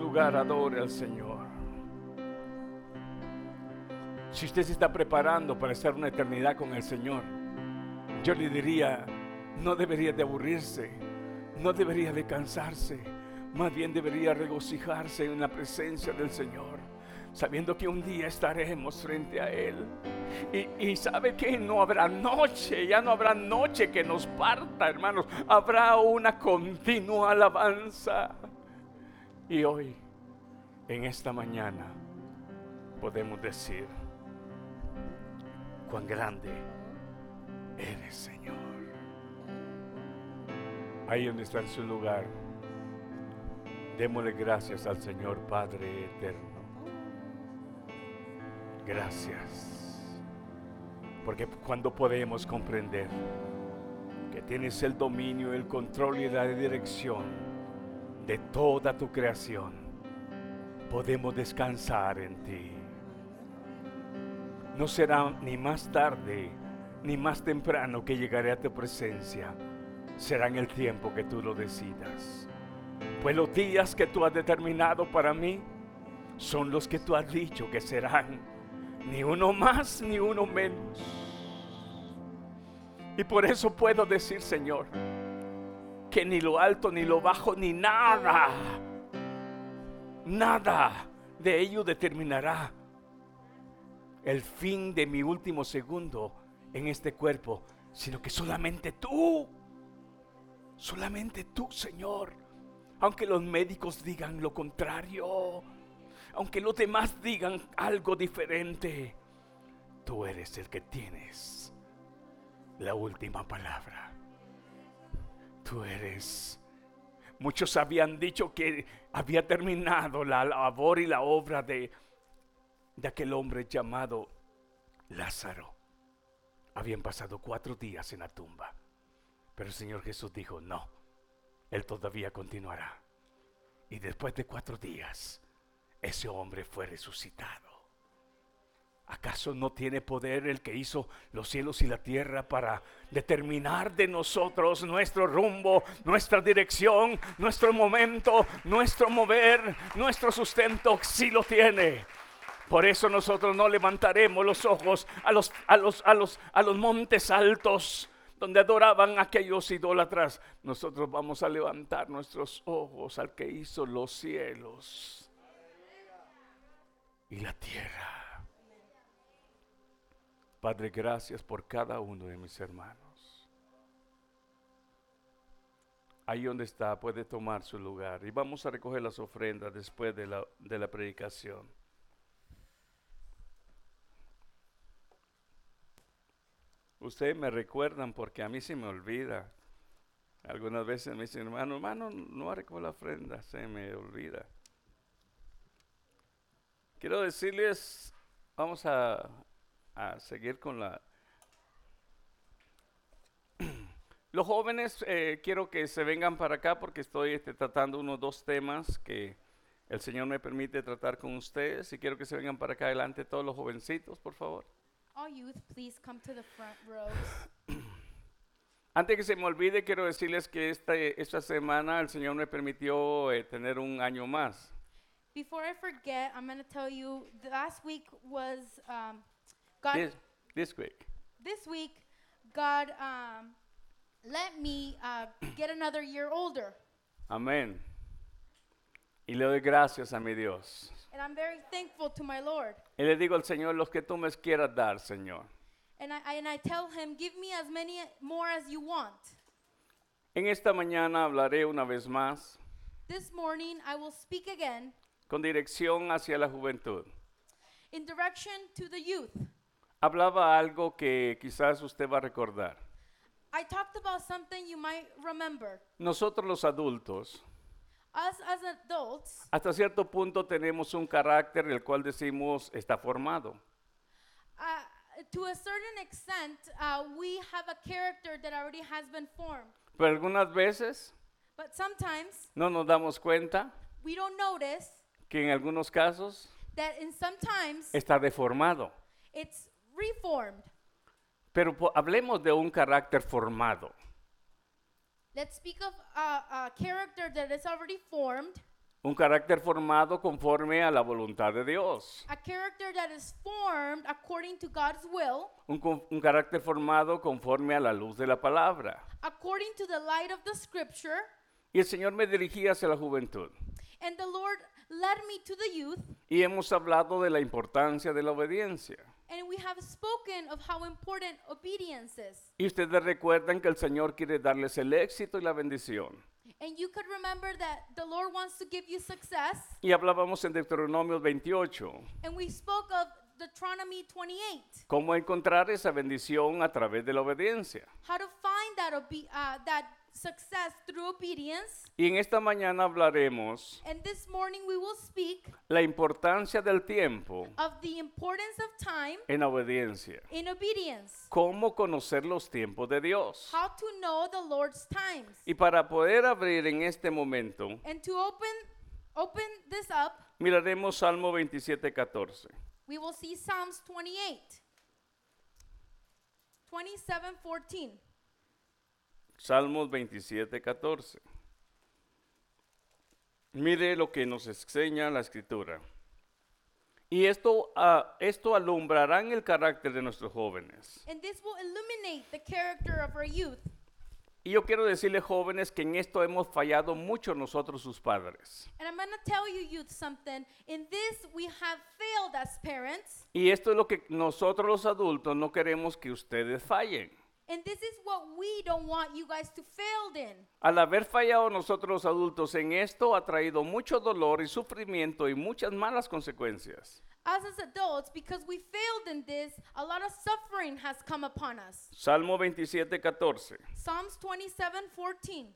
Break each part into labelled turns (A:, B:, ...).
A: lugar, adore al Señor. Si usted se está preparando para estar una eternidad con el Señor, yo le diría, no debería de aburrirse, no debería de cansarse, más bien debería regocijarse en la presencia del Señor, sabiendo que un día estaremos frente a Él. Y, y sabe que no habrá noche, ya no habrá noche que nos parta, hermanos, habrá una continua alabanza. Y hoy, en esta mañana, podemos decir, cuán grande eres, Señor. Ahí donde está en su lugar, démosle gracias al Señor Padre Eterno. Gracias. Porque cuando podemos comprender que tienes el dominio, el control y la dirección de toda tu creación, podemos descansar en ti no será ni más tarde ni más temprano que llegaré a tu presencia. Será en el tiempo que tú lo decidas. Pues los días que tú has determinado para mí son los que tú has dicho que serán. Ni uno más ni uno menos. Y por eso puedo decir, Señor, que ni lo alto ni lo bajo ni nada, nada de ello determinará el fin de mi último segundo en este cuerpo, sino que solamente tú, solamente tú, Señor. Aunque los médicos digan lo contrario, aunque los demás digan algo diferente, tú eres el que tienes la última palabra. Tú eres... Muchos habían dicho que había terminado la labor y la obra de, de aquel hombre llamado Lázaro. Habían pasado cuatro días en la tumba, pero el Señor Jesús dijo, no, Él todavía continuará. Y después de cuatro días, ese hombre fue resucitado. ¿Acaso no tiene poder el que hizo los cielos y la tierra para determinar de nosotros nuestro rumbo, nuestra dirección, nuestro momento, nuestro mover, nuestro sustento? Sí lo tiene. Por eso nosotros no levantaremos los ojos a los, a los, a los, a los montes altos donde adoraban a aquellos idólatras. Nosotros vamos a levantar nuestros ojos al que hizo los cielos y la tierra. Padre, gracias por cada uno de mis hermanos. Ahí donde está puede tomar su lugar y vamos a recoger las ofrendas después de la, de la predicación. Ustedes me recuerdan porque a mí se me olvida. Algunas veces me dicen, hermano, hermano, no arco la ofrenda, se me olvida. Quiero decirles, vamos a, a seguir con la... Los jóvenes, eh, quiero que se vengan para acá porque estoy este, tratando unos dos temas que el Señor me permite tratar con ustedes y quiero que se vengan para acá adelante todos los jovencitos, por favor.
B: All youth, please come to the front rows.
A: Antes que se me olvide, quiero decirles que esta, esta semana el Señor me permitió eh, tener un año más.
B: Before I forget, I'm going to tell you the last week was um, God.
A: This, this week.
B: This week, God um, let me uh, get another year older,
A: Amén. Y le doy gracias a mi Dios.
B: and I'm very thankful to my Lord.
A: Y le digo al Señor, los que tú me quieras dar, Señor.
B: And I, I and I tell Him, give me as many more as you want.
A: En esta mañana hablaré una vez más
B: This morning, I will speak again
A: con dirección hacia la juventud.
B: in direction to the youth.
A: Hablaba algo que quizás usted va a recordar.
B: I talked about something you might remember.
A: Nosotros los adultos,
B: Us as adults,
A: hasta cierto punto tenemos un carácter el cual decimos está formado.
B: uh, to a certain extent, uh, we have a character that already has been formed.
A: Pero algunas veces
B: But sometimes
A: no nos damos cuenta
B: we don't notice
A: que en algunos casos
B: that in sometimes
A: está deformado.
B: it's reformed.
A: Pero po- hablemos de un carácter formado.
B: Let's speak of a, a character that is already formed,
A: Un carácter formado conforme a la voluntad de Dios.
B: a character that is formed according to God's will,
A: Un, co- un carácter formado conforme a la luz de la palabra.
B: according to the light of the scripture.
A: Y el Señor me dirigía hacia la juventud.
B: And the Lord led me to the youth,
A: Y hemos hablado de la importancia de la obediencia.
B: and we have spoken of how important obedience is.
A: Y ustedes recuerdan que el Señor quiere darles el éxito y la bendición.
B: And you could remember that the Lord wants to give you success,
A: Y hablábamos en Deuteronomio 28,
B: and we spoke of Deuteronomy 28,
A: cómo encontrar esa bendición a través de la obediencia.
B: how to find that, obe- uh, that success through obedience.
A: Y en esta mañana hablaremos
B: And this morning we will speak
A: la importancia del tiempo
B: of the importance of time
A: en la obediencia.
B: in obedience,
A: Cómo conocer los tiempos de Dios.
B: how to know the Lord's times.
A: Y para poder abrir en este momento,
B: And to open open this up,
A: miraremos Salmo 27, 14.
B: we will see Psalms 28. 27 14.
A: Salmos 27, 14. Mire lo que nos enseña la escritura. Y esto, ah, esto alumbrarán el carácter de nuestros jóvenes.
B: And this will illuminate the character of our youth.
A: Y yo quiero decirle jóvenes que en esto hemos fallado mucho nosotros sus padres.
B: And I'm going to tell you youth something. In this we have failed as parents,
A: Y esto es lo que nosotros los adultos no queremos que ustedes fallen.
B: and this is what we don't want you guys to fail in.
A: Al haber fallado nosotros los adultos en esto ha traído mucho dolor y sufrimiento y muchas malas consecuencias.
B: Us as adults, because we failed in this, a lot of suffering has come upon us.
A: Salmo 27, 14.
B: Psalms 27 14.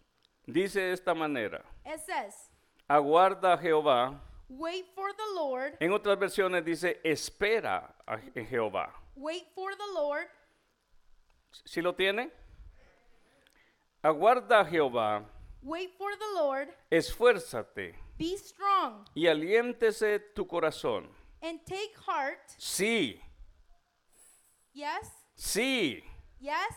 A: Dice de esta manera,
B: It says,
A: aguarda a Jehová.
B: Wait for the Lord,
A: En otras versiones dice, espera a Je- en Jehová.
B: wait for the Lord,
A: ¿Sí lo tiene? Aguarda a Jehová,
B: wait for the Lord,
A: esfuérzate
B: be strong,
A: y aliéntese tu corazón.
B: and take heart.
A: Sí,
B: Yes,
A: sí,
B: yes,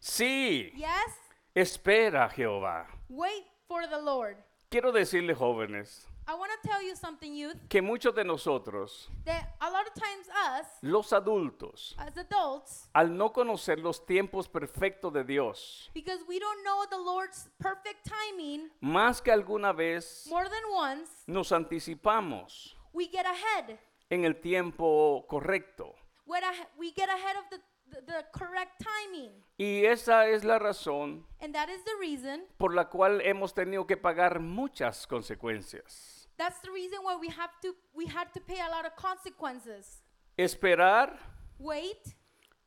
A: sí,
B: yes,
A: espera a Jehová.
B: wait for the Lord.
A: Quiero decirle jóvenes
B: I want to tell you something, youth,
A: que muchos de nosotros,
B: that a lot of times us,
A: los adultos,
B: as adults,
A: al no conocer los tiempos perfectos de Dios,
B: because we don't know the Lord's perfect timing
A: más que alguna vez
B: more than once,
A: nos anticipamos
B: we get ahead.
A: en el tiempo correcto.
B: What ahe- we get ahead of the, the, the correct timing.
A: Y esa es la razón
B: And that is the reason,
A: por la cual hemos tenido que pagar muchas consecuencias.
B: that's the reason why we have to, we had to pay a lot of consequences.
A: Esperar,
B: Wait,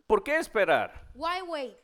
A: ¿por qué esperar?
B: why wait?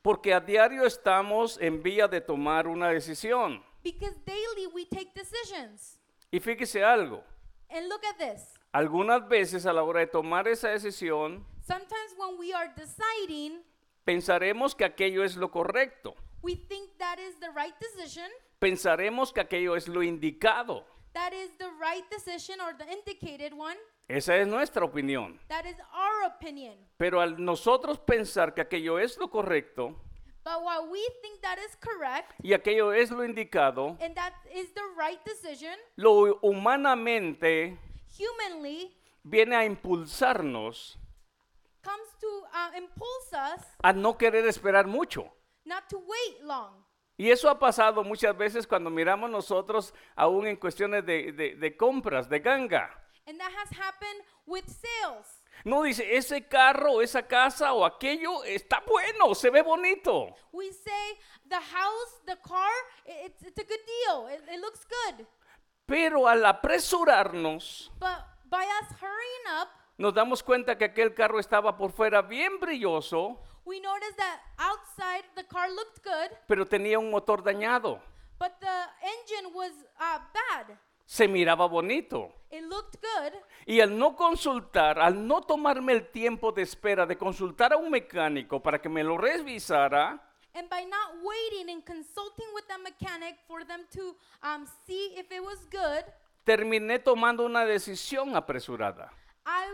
A: Porque a diario estamos en vía de tomar una decisión.
B: Because daily we take decisions.
A: Y fíjese algo,
B: And look at this.
A: algunas veces a la hora de tomar esa decisión,
B: Sometimes when we are deciding,
A: pensaremos que aquello es lo correcto,
B: we think that is the right decision,
A: pensaremos que aquello es lo indicado.
B: that is the right decision or the indicated one,
A: Esa es nuestra opinión.
B: that is our opinion.
A: Pero al nosotros pensar que aquello es lo correcto,
B: But while we think that is correct
A: y aquello es lo indicado,
B: and that is the right decision,
A: lo humanamente
B: humanly
A: viene a impulsarnos
B: comes to uh, impulse us
A: a no querer esperar mucho.
B: not to wait long.
A: Y eso ha pasado muchas veces cuando miramos nosotros aún en cuestiones de, de- de compras, de ganga.
B: And that has happened with sales.
A: No dice, ese carro, esa casa o aquello está bueno, se ve bonito.
B: We say the house, the car, i- it's, it's a good deal. It, it looks good.
A: Pero al apresurarnos,
B: But by us hurrying up,
A: nos damos cuenta que aquel carro estaba por fuera bien brilloso,
B: we noticed that outside the car looked good,
A: pero tenía un motor dañado.
B: but the engine was uh, bad.
A: Se miraba bonito,
B: It looked good.
A: Y al no consultar, al no tomarme el tiempo de espera de consultar a un mecánico para que me lo revisara,
B: And by not waiting and consulting with the mechanic for them to um, see if it was good,
A: terminé tomando una decisión apresurada.
B: I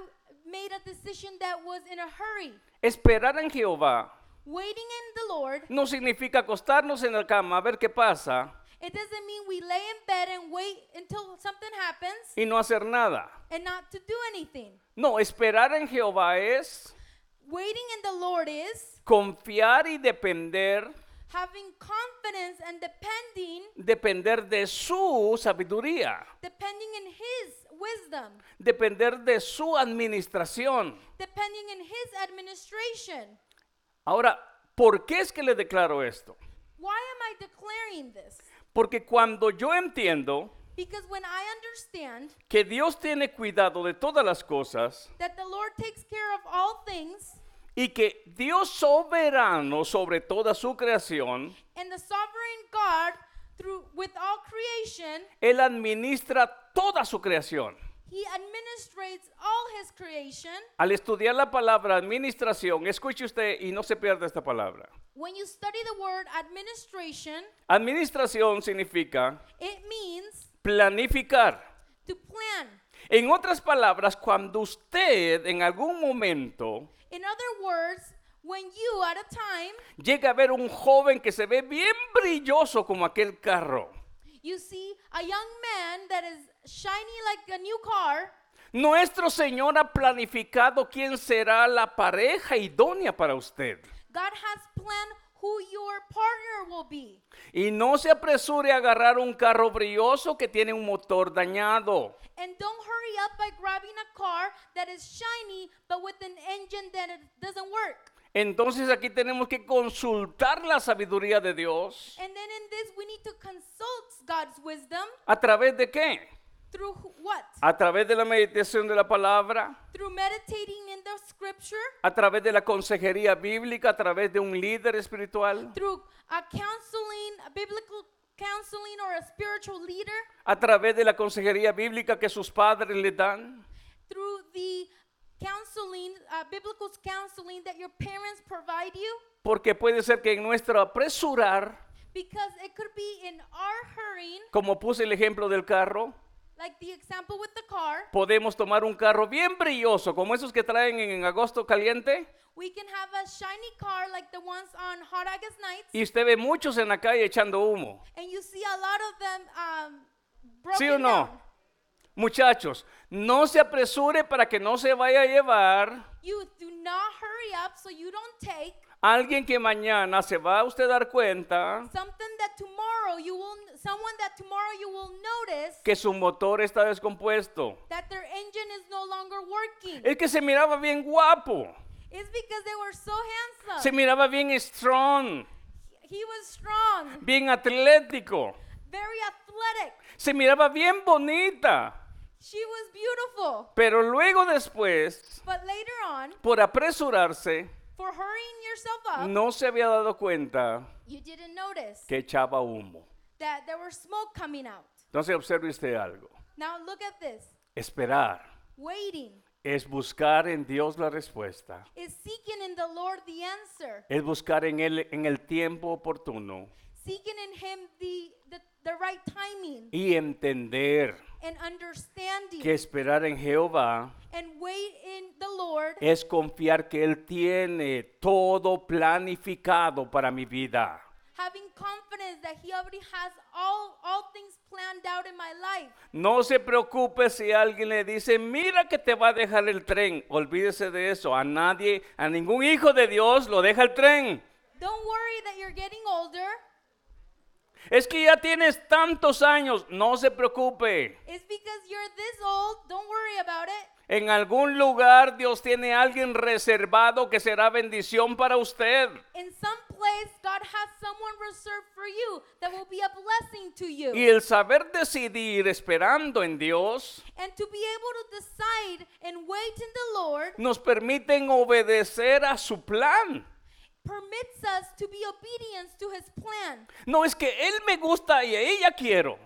B: made a decision that was in a hurry.
A: Esperar en Jehová
B: Waiting in the Lord
A: no significa acostarnos en la cama a ver qué pasa
B: It doesn't mean we lay in bed and wait until something happens
A: y no hacer nada.
B: and not to do anything.
A: No, esperar en Jehová es
B: Waiting in the Lord is
A: confiar y depender,
B: having confidence and depending
A: depender de su sabiduría,
B: depending in his wisdom,
A: depender de su administración.
B: depending in his administration.
A: Ahora, ¿por qué es que le declaro esto?
B: Why am I declaring this?
A: Porque cuando yo entiendo
B: Because when I understand
A: que Dios tiene cuidado de todas las cosas
B: that the Lord takes care of all things
A: y que Dios soberano sobre toda su creación,
B: and the sovereign God through with all creation,
A: Él administra toda su creación.
B: he administrates all his creation.
A: Al estudiar la palabra administración, escuche usted y no se pierda esta palabra.
B: When you study the word administration,
A: Administración significa
B: it means
A: planificar.
B: to plan.
A: En otras palabras, cuando usted en algún momento
B: In other words, when you at a time
A: llega a ver un joven que se ve bien brilloso como aquel carro,
B: you see a young man that is shiny like a new car,
A: nuestro Señor ha planificado quién será la pareja idónea para usted.
B: God has planned who your partner will be.
A: Y no se apresure a agarrar un carro brilloso que tiene un motor dañado.
B: And don't hurry up by grabbing a car that is shiny but with an engine that it doesn't work.
A: Entonces aquí tenemos que consultar la sabiduría de Dios.
B: And then in this, we need to consult God's wisdom
A: ¿A través de qué?
B: through wh- what?
A: A través de la meditación de la palabra,
B: Through meditating in the scripture,
A: a través de la consejería bíblica, a través de un líder espiritual,
B: through a counseling, a biblical counseling or a spiritual leader,
A: a través de la consejería bíblica que sus padres le dan,
B: through the counseling, uh, biblical counseling that your parents provide you,
A: porque puede ser que en nuestro apresurar,
B: because it could be in our hurrying,
A: como puse el ejemplo del carro,
B: like the example with the car,
A: podemos tomar un carro bien brilloso, como esos que traen en, en agosto caliente,
B: We can have a shiny car like the ones on hot August nights,
A: y usted ve muchos en la calle echando humo.
B: and you see a lot of them um, broken
A: ¿Sí o no?
B: down.
A: Muchachos, no se apresure para que no se vaya a llevar
B: You do not hurry up so you don't take
A: Alguien que mañana se va a usted dar cuenta
B: something that tomorrow you will, someone that tomorrow you will notice
A: que su motor está descompuesto.
B: that their engine is no longer working.
A: Es que se miraba bien guapo,
B: it's because they were so
A: se
B: handsome.
A: miraba bien strong,
B: he was strong,
A: bien atlético,
B: very athletic.
A: se miraba bien bonita.
B: She was beautiful.
A: Pero luego después,
B: But later on,
A: por apresurarse,
B: for hurrying yourself up,
A: no se había dado cuenta
B: you didn't notice
A: que echaba humo.
B: that there were smoke coming out.
A: Entonces observe usted algo.
B: Now look at this.
A: Esperar
B: Waiting
A: es buscar en Dios la respuesta,
B: is seeking in the Lord the answer,
A: es buscar en Él en el tiempo oportuno
B: seeking in Him the, the, the right timing
A: y entender
B: and understanding,
A: que esperar en Jehová
B: and wait in the Lord
A: es confiar que Él tiene todo planificado para mi vida.
B: having confidence that He already has all, all things planned out in my life.
A: No se preocupe si alguien le dice, mira que te va a dejar el tren. Olvídese de eso. A nadie, a ningún hijo de Dios lo deja el tren.
B: Don't worry that you're getting older.
A: Es que ya tienes tantos años. No se preocupe.
B: It's because you're this old. Don't worry about it.
A: En algún lugar Dios tiene a alguien reservado que será bendición para usted.
B: In some place, God has someone reserved for you that will be a blessing to you.
A: Y el saber decidir esperando en Dios
B: And to be able to decide and wait in the Lord
A: nos permiten obedecer a su plan.
B: permits us to be obedient to his plan.
A: No es que él me gusta y a ella quiero.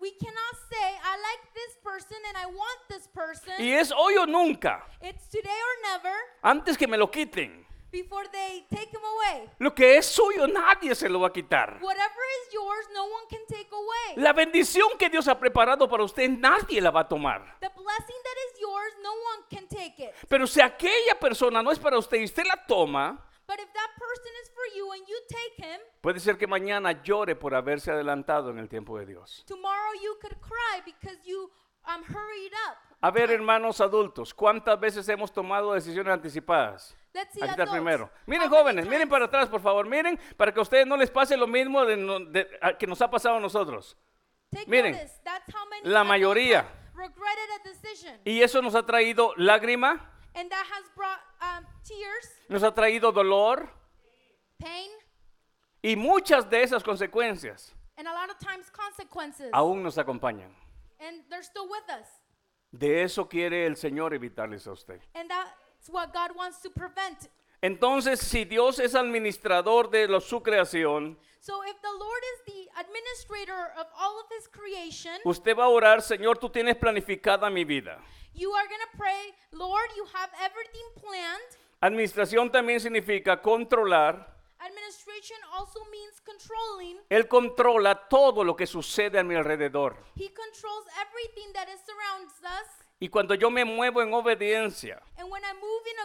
B: We cannot say, I like this person and I want this person.
A: Y es hoy o nunca,
B: It's today or never
A: antes que me lo quiten.
B: before they take him away.
A: Lo que es suyo nadie se lo va a quitar.
B: Whatever is yours, no one can take away.
A: La bendición que Dios ha preparado para usted nadie la va a tomar.
B: The blessing that is yours, no one can take it.
A: Pero si aquella persona no es para usted y usted la toma,
B: But if that person is for you and you take him,
A: Puede ser que mañana llore por haberse adelantado en el tiempo de Dios.
B: tomorrow you could cry because you um, hurried up.
A: A ver, hermanos adultos, ¿cuántas veces hemos tomado decisiones anticipadas?
B: Let's see
A: Aquí está el
B: adults.
A: primero. Miren,
B: How many
A: jóvenes, miren
B: times-
A: para atrás, por favor. Miren, para que a ustedes no les pase lo mismo de no- de- a- que nos ha pasado a nosotros.
B: Take
A: Miren,
B: notice, that's how many
A: la
B: adults
A: mayoría.
B: have regretted a decision.
A: Y eso nos ha traído lágrima,
B: And that has brought um, tears,
A: nos ha traído dolor
B: pain,
A: y muchas de esas consecuencias
B: and a lot of times consequences.
A: aún nos acompañan.
B: And they're still with us.
A: De eso quiere el Señor evitarles a usted.
B: And that's what God wants to prevent.
A: Entonces, si Dios es administrador de lo- su creación,
B: So if the Lord is the administrator of all of his creation,
A: usted va a orar, Señor, tú tienes planificada mi vida.
B: you are going to pray, Lord, you have everything planned.
A: Administración también significa controlar.
B: Administration also means controlling.
A: Él controla todo lo que sucede a mi alrededor.
B: He controls everything that is surrounds us.
A: Y cuando yo me muevo en obediencia,
B: And when I move in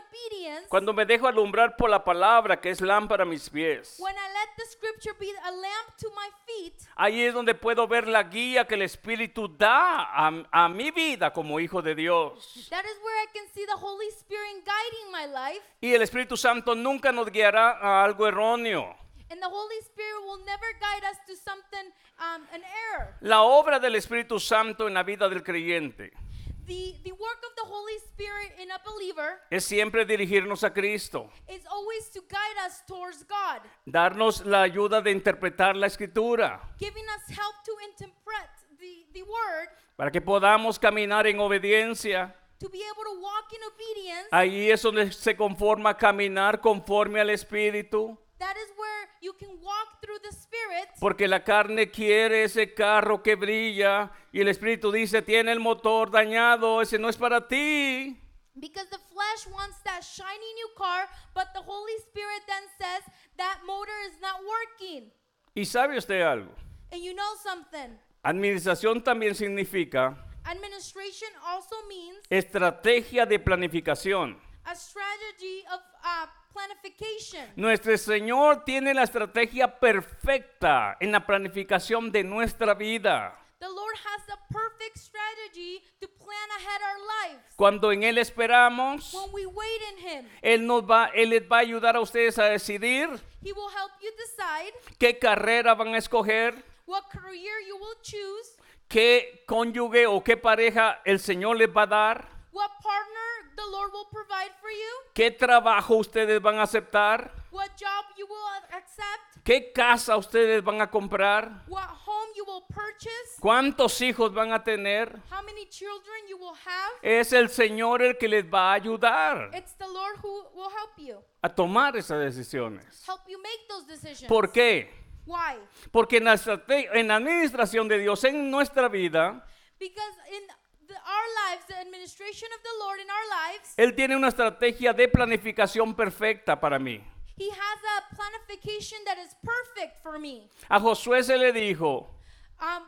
B: obedience,
A: cuando me dejo alumbrar por la palabra que es lámpara a mis pies,
B: when I let the scripture be a lamp to my feet,
A: ahí es donde puedo ver la guía que el Espíritu da a, a mi vida como hijo de Dios.
B: that is where I can see the Holy Spirit guiding my life.
A: Y el Espíritu Santo nunca nos guiará a algo erróneo.
B: And the Holy Spirit will never guide us to something, um, an error.
A: La obra del Espíritu Santo en la vida del creyente
B: The, the work of the Holy Spirit in a believer
A: es siempre dirigirnos a Cristo,
B: is always to guide us towards God,
A: darnos la ayuda de interpretar la Escritura,
B: giving us help to interpret the, the word
A: para que podamos caminar en obediencia.
B: to be able to walk in obedience.
A: Ahí es donde se conforma a caminar conforme al Espíritu,
B: that is where you can walk through the Spirit
A: porque la carne quiere ese carro que brilla y el Espíritu dice, tiene el motor dañado, ese no es para ti.
B: because the flesh wants that shiny new car, but the Holy Spirit then says that motor is not working.
A: Y sabe usted algo,
B: And you know something?
A: administración también significa
B: Administration also means
A: estrategia de planificación.
B: a strategy of uh, planification.
A: Nuestro Señor tiene la estrategia perfecta en la planificación de nuestra vida.
B: The Lord has the perfect strategy to plan ahead our lives.
A: Cuando en Él esperamos,
B: When we wait in Him,
A: Él nos va, Él les va a ayudar a ustedes a decidir
B: He will help you decide
A: qué carrera van a escoger,
B: what career you will choose,
A: qué cónyuge o qué pareja el Señor les va a dar,
B: what partner the Lord will provide for you,
A: qué trabajo ustedes van a aceptar,
B: what job you will a- accept,
A: qué casa ustedes van a comprar,
B: what home you will purchase,
A: cuántos hijos van a tener.
B: how many children you will have.
A: Es el Señor el que les va a ayudar.
B: It's the Lord who will help you,
A: a tomar esas decisiones.
B: help you make those decisions.
A: ¿Por qué?
B: Why?
A: Porque en la, estrate- en la administración de Dios en nuestra vida,
B: Because in the, our lives, the administration of the Lord in our lives,
A: Él tiene una estrategia de planificación perfecta para mí.
B: He has a planification that is perfect for me.
A: A Josué se le dijo,
B: Um,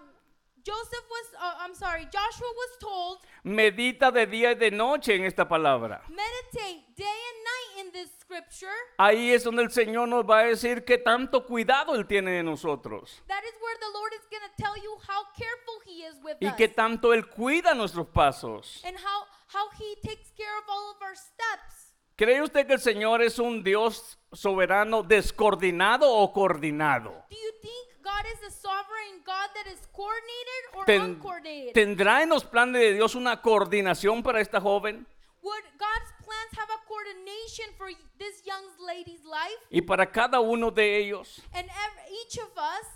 B: Joseph was, uh, I'm sorry, Joshua was told,
A: medita de día y de noche en esta palabra.
B: meditate day and night in this scripture.
A: Ahí es donde el Señor nos va a decir qué tanto cuidado Él tiene de nosotros
B: That is where the Lord is going to tell you how careful He is with
A: y
B: us
A: qué tanto Él cuida nuestros pasos.
B: and how, how He takes care of all of our steps.
A: ¿Cree usted que el Señor es un Dios soberano descoordinado o coordinado?
B: Do you think God is a sovereign God that is coordinated or
A: Ten-
B: uncoordinated?
A: ¿Tendrá en los planes de Dios una coordinación para esta joven
B: Would God's plans have a coordination for y- this young lady's life
A: y para cada uno de ellos?
B: and ev- each of us?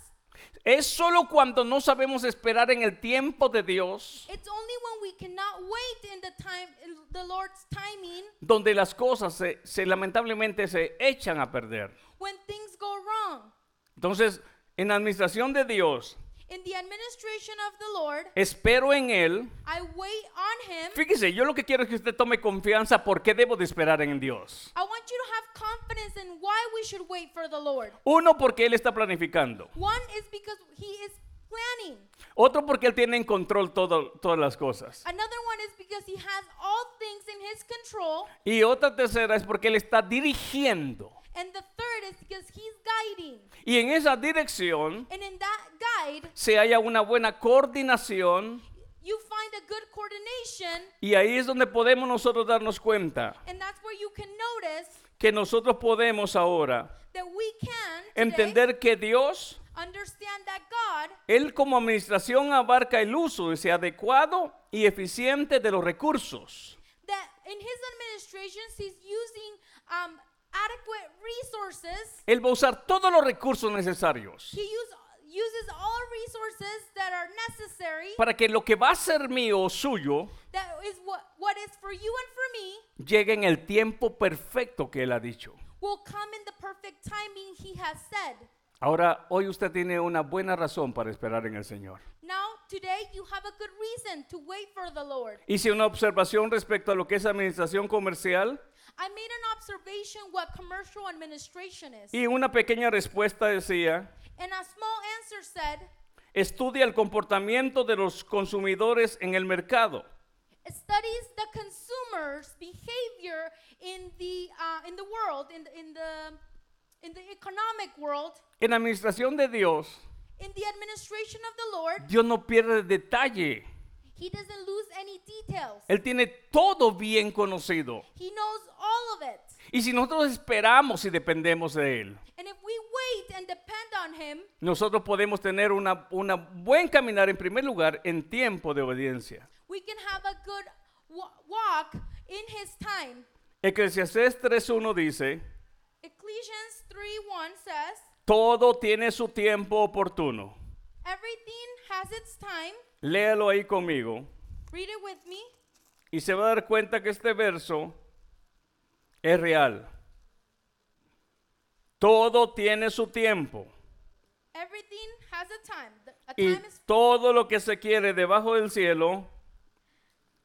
A: Es solo cuando no sabemos esperar en el tiempo de Dios
B: It's only when we cannot wait in the time in the Lord's timing
A: donde las cosas se, se lamentablemente se echan a perder.
B: when things go wrong.
A: Entonces, en la administración de Dios,
B: In the administration of the Lord,
A: espero en Él.
B: I wait on him.
A: Fíjese, yo lo que quiero es que usted tome confianza porque debo de esperar en Dios.
B: I want you to have confidence in why we should wait for the Lord.
A: Uno, porque Él está planificando.
B: One is because he is planning.
A: Otro, porque Él tiene en control todo- todas las cosas.
B: Another one is because he has all things in his control.
A: Y otra tercera es porque Él está dirigiendo.
B: And the third is because he's
A: Y en esa dirección
B: And in that guide,
A: se halla una buena coordinación
B: you find a good coordination,
A: y ahí es donde podemos nosotros darnos cuenta
B: and that's where you can notice
A: que nosotros podemos ahora
B: that we can today
A: entender que Dios,
B: understand that God,
A: Él como administración abarca el uso ese adecuado y eficiente de los recursos.
B: that in His administrations, He's using um, adequate resources.
A: Él va a usar todos los recursos necesarios
B: He use, uses all resources that are necessary,
A: para que lo que va a ser mío o suyo
B: that is what, what is for you and for me,
A: llegue en el tiempo perfecto que Él ha dicho.
B: will come in the perfect timing He has said.
A: Ahora, hoy usted tiene una buena razón para esperar en el Señor.
B: Now, today, you have a good reason to wait for the Lord.
A: Hice una observación respecto a lo que es administración comercial
B: I made an observation what commercial administration is.
A: y una pequeña respuesta decía,
B: And a small answer said,
A: estudia el comportamiento de los consumidores en el mercado.
B: "It studies the consumer's behavior in the uh, in the world, in the, in the in the economic world,
A: En la administración de Dios,
B: in the administration of the Lord.
A: Dios no pierde detalle.
B: He doesn't lose any details.
A: Él tiene todo bien conocido.
B: He knows all of it.
A: Y si nosotros esperamos y dependemos de Él,
B: And if we wait and depend on him,
A: nosotros podemos tener una, una buen caminar en primer lugar en tiempo de obediencia.
B: we can have a good wa- walk in his time.
A: Eclesiastés 3.1 dice,
B: Ecclesiastes 3:1 says,
A: todo tiene su tiempo oportuno.
B: "Everything has its time."
A: Léalo ahí conmigo
B: Read it with me.
A: y se va a dar cuenta que este verso es real. Todo tiene su tiempo
B: Everything has a time. The- A
A: y
B: time is
A: todo lo que se quiere debajo del cielo,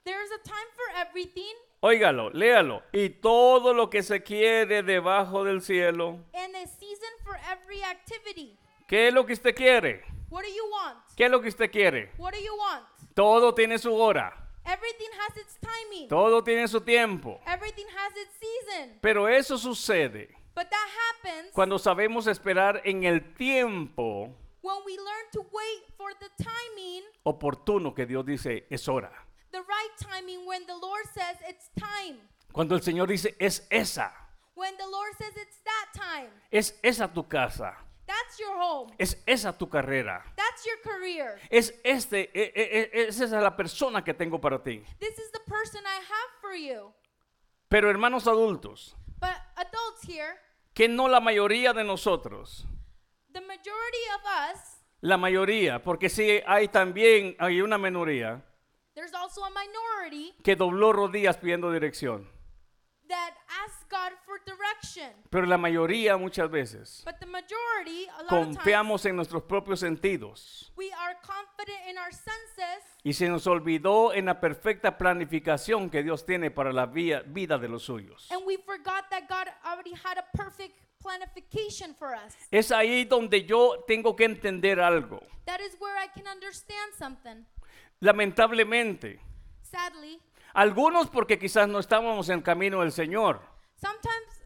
B: there is a time for everything
A: óigalo, léalo, y todo lo que se quiere debajo del cielo,
B: and a season for every activity.
A: ¿qué es lo que usted quiere?
B: What do you want?
A: ¿Qué es lo que usted quiere?
B: What do you want?
A: Todo tiene su hora,
B: Everything has its timing.
A: todo tiene su tiempo.
B: Everything has its season.
A: Pero eso sucede
B: But that happens
A: cuando sabemos esperar en el tiempo
B: when we learn to wait for the timing,
A: oportuno que Dios dice es hora.
B: the right timing when the Lord says it's time.
A: Cuando el Señor dice es esa,
B: When the Lord says it's that time.
A: es esa tu casa,
B: That's your home.
A: es esa tu carrera,
B: That's your career.
A: es este, e- e- e- es esa la persona que tengo para ti.
B: This is the person I have for you.
A: Pero hermanos adultos,
B: But adults here,
A: que no la mayoría de nosotros,
B: the majority of us,
A: la mayoría, porque sí hay también hay una minoría
B: there's also a minority
A: que dobló rodillas pidiendo dirección,
B: that asks God for direction.
A: pero la mayoría muchas veces
B: But the majority, a lot of times,
A: confiamos en nuestros propios sentidos.
B: we are confident in our senses
A: Y se nos olvidó en la perfecta planificación que Dios tiene para la vía- vida de los suyos.
B: and we forgot that God already had a perfect planification for us.
A: Es ahí donde yo tengo que entender algo.
B: That is where I can understand something.
A: Lamentablemente,
B: Sadly,
A: algunos porque quizás no estábamos en el camino del Señor,
B: sometimes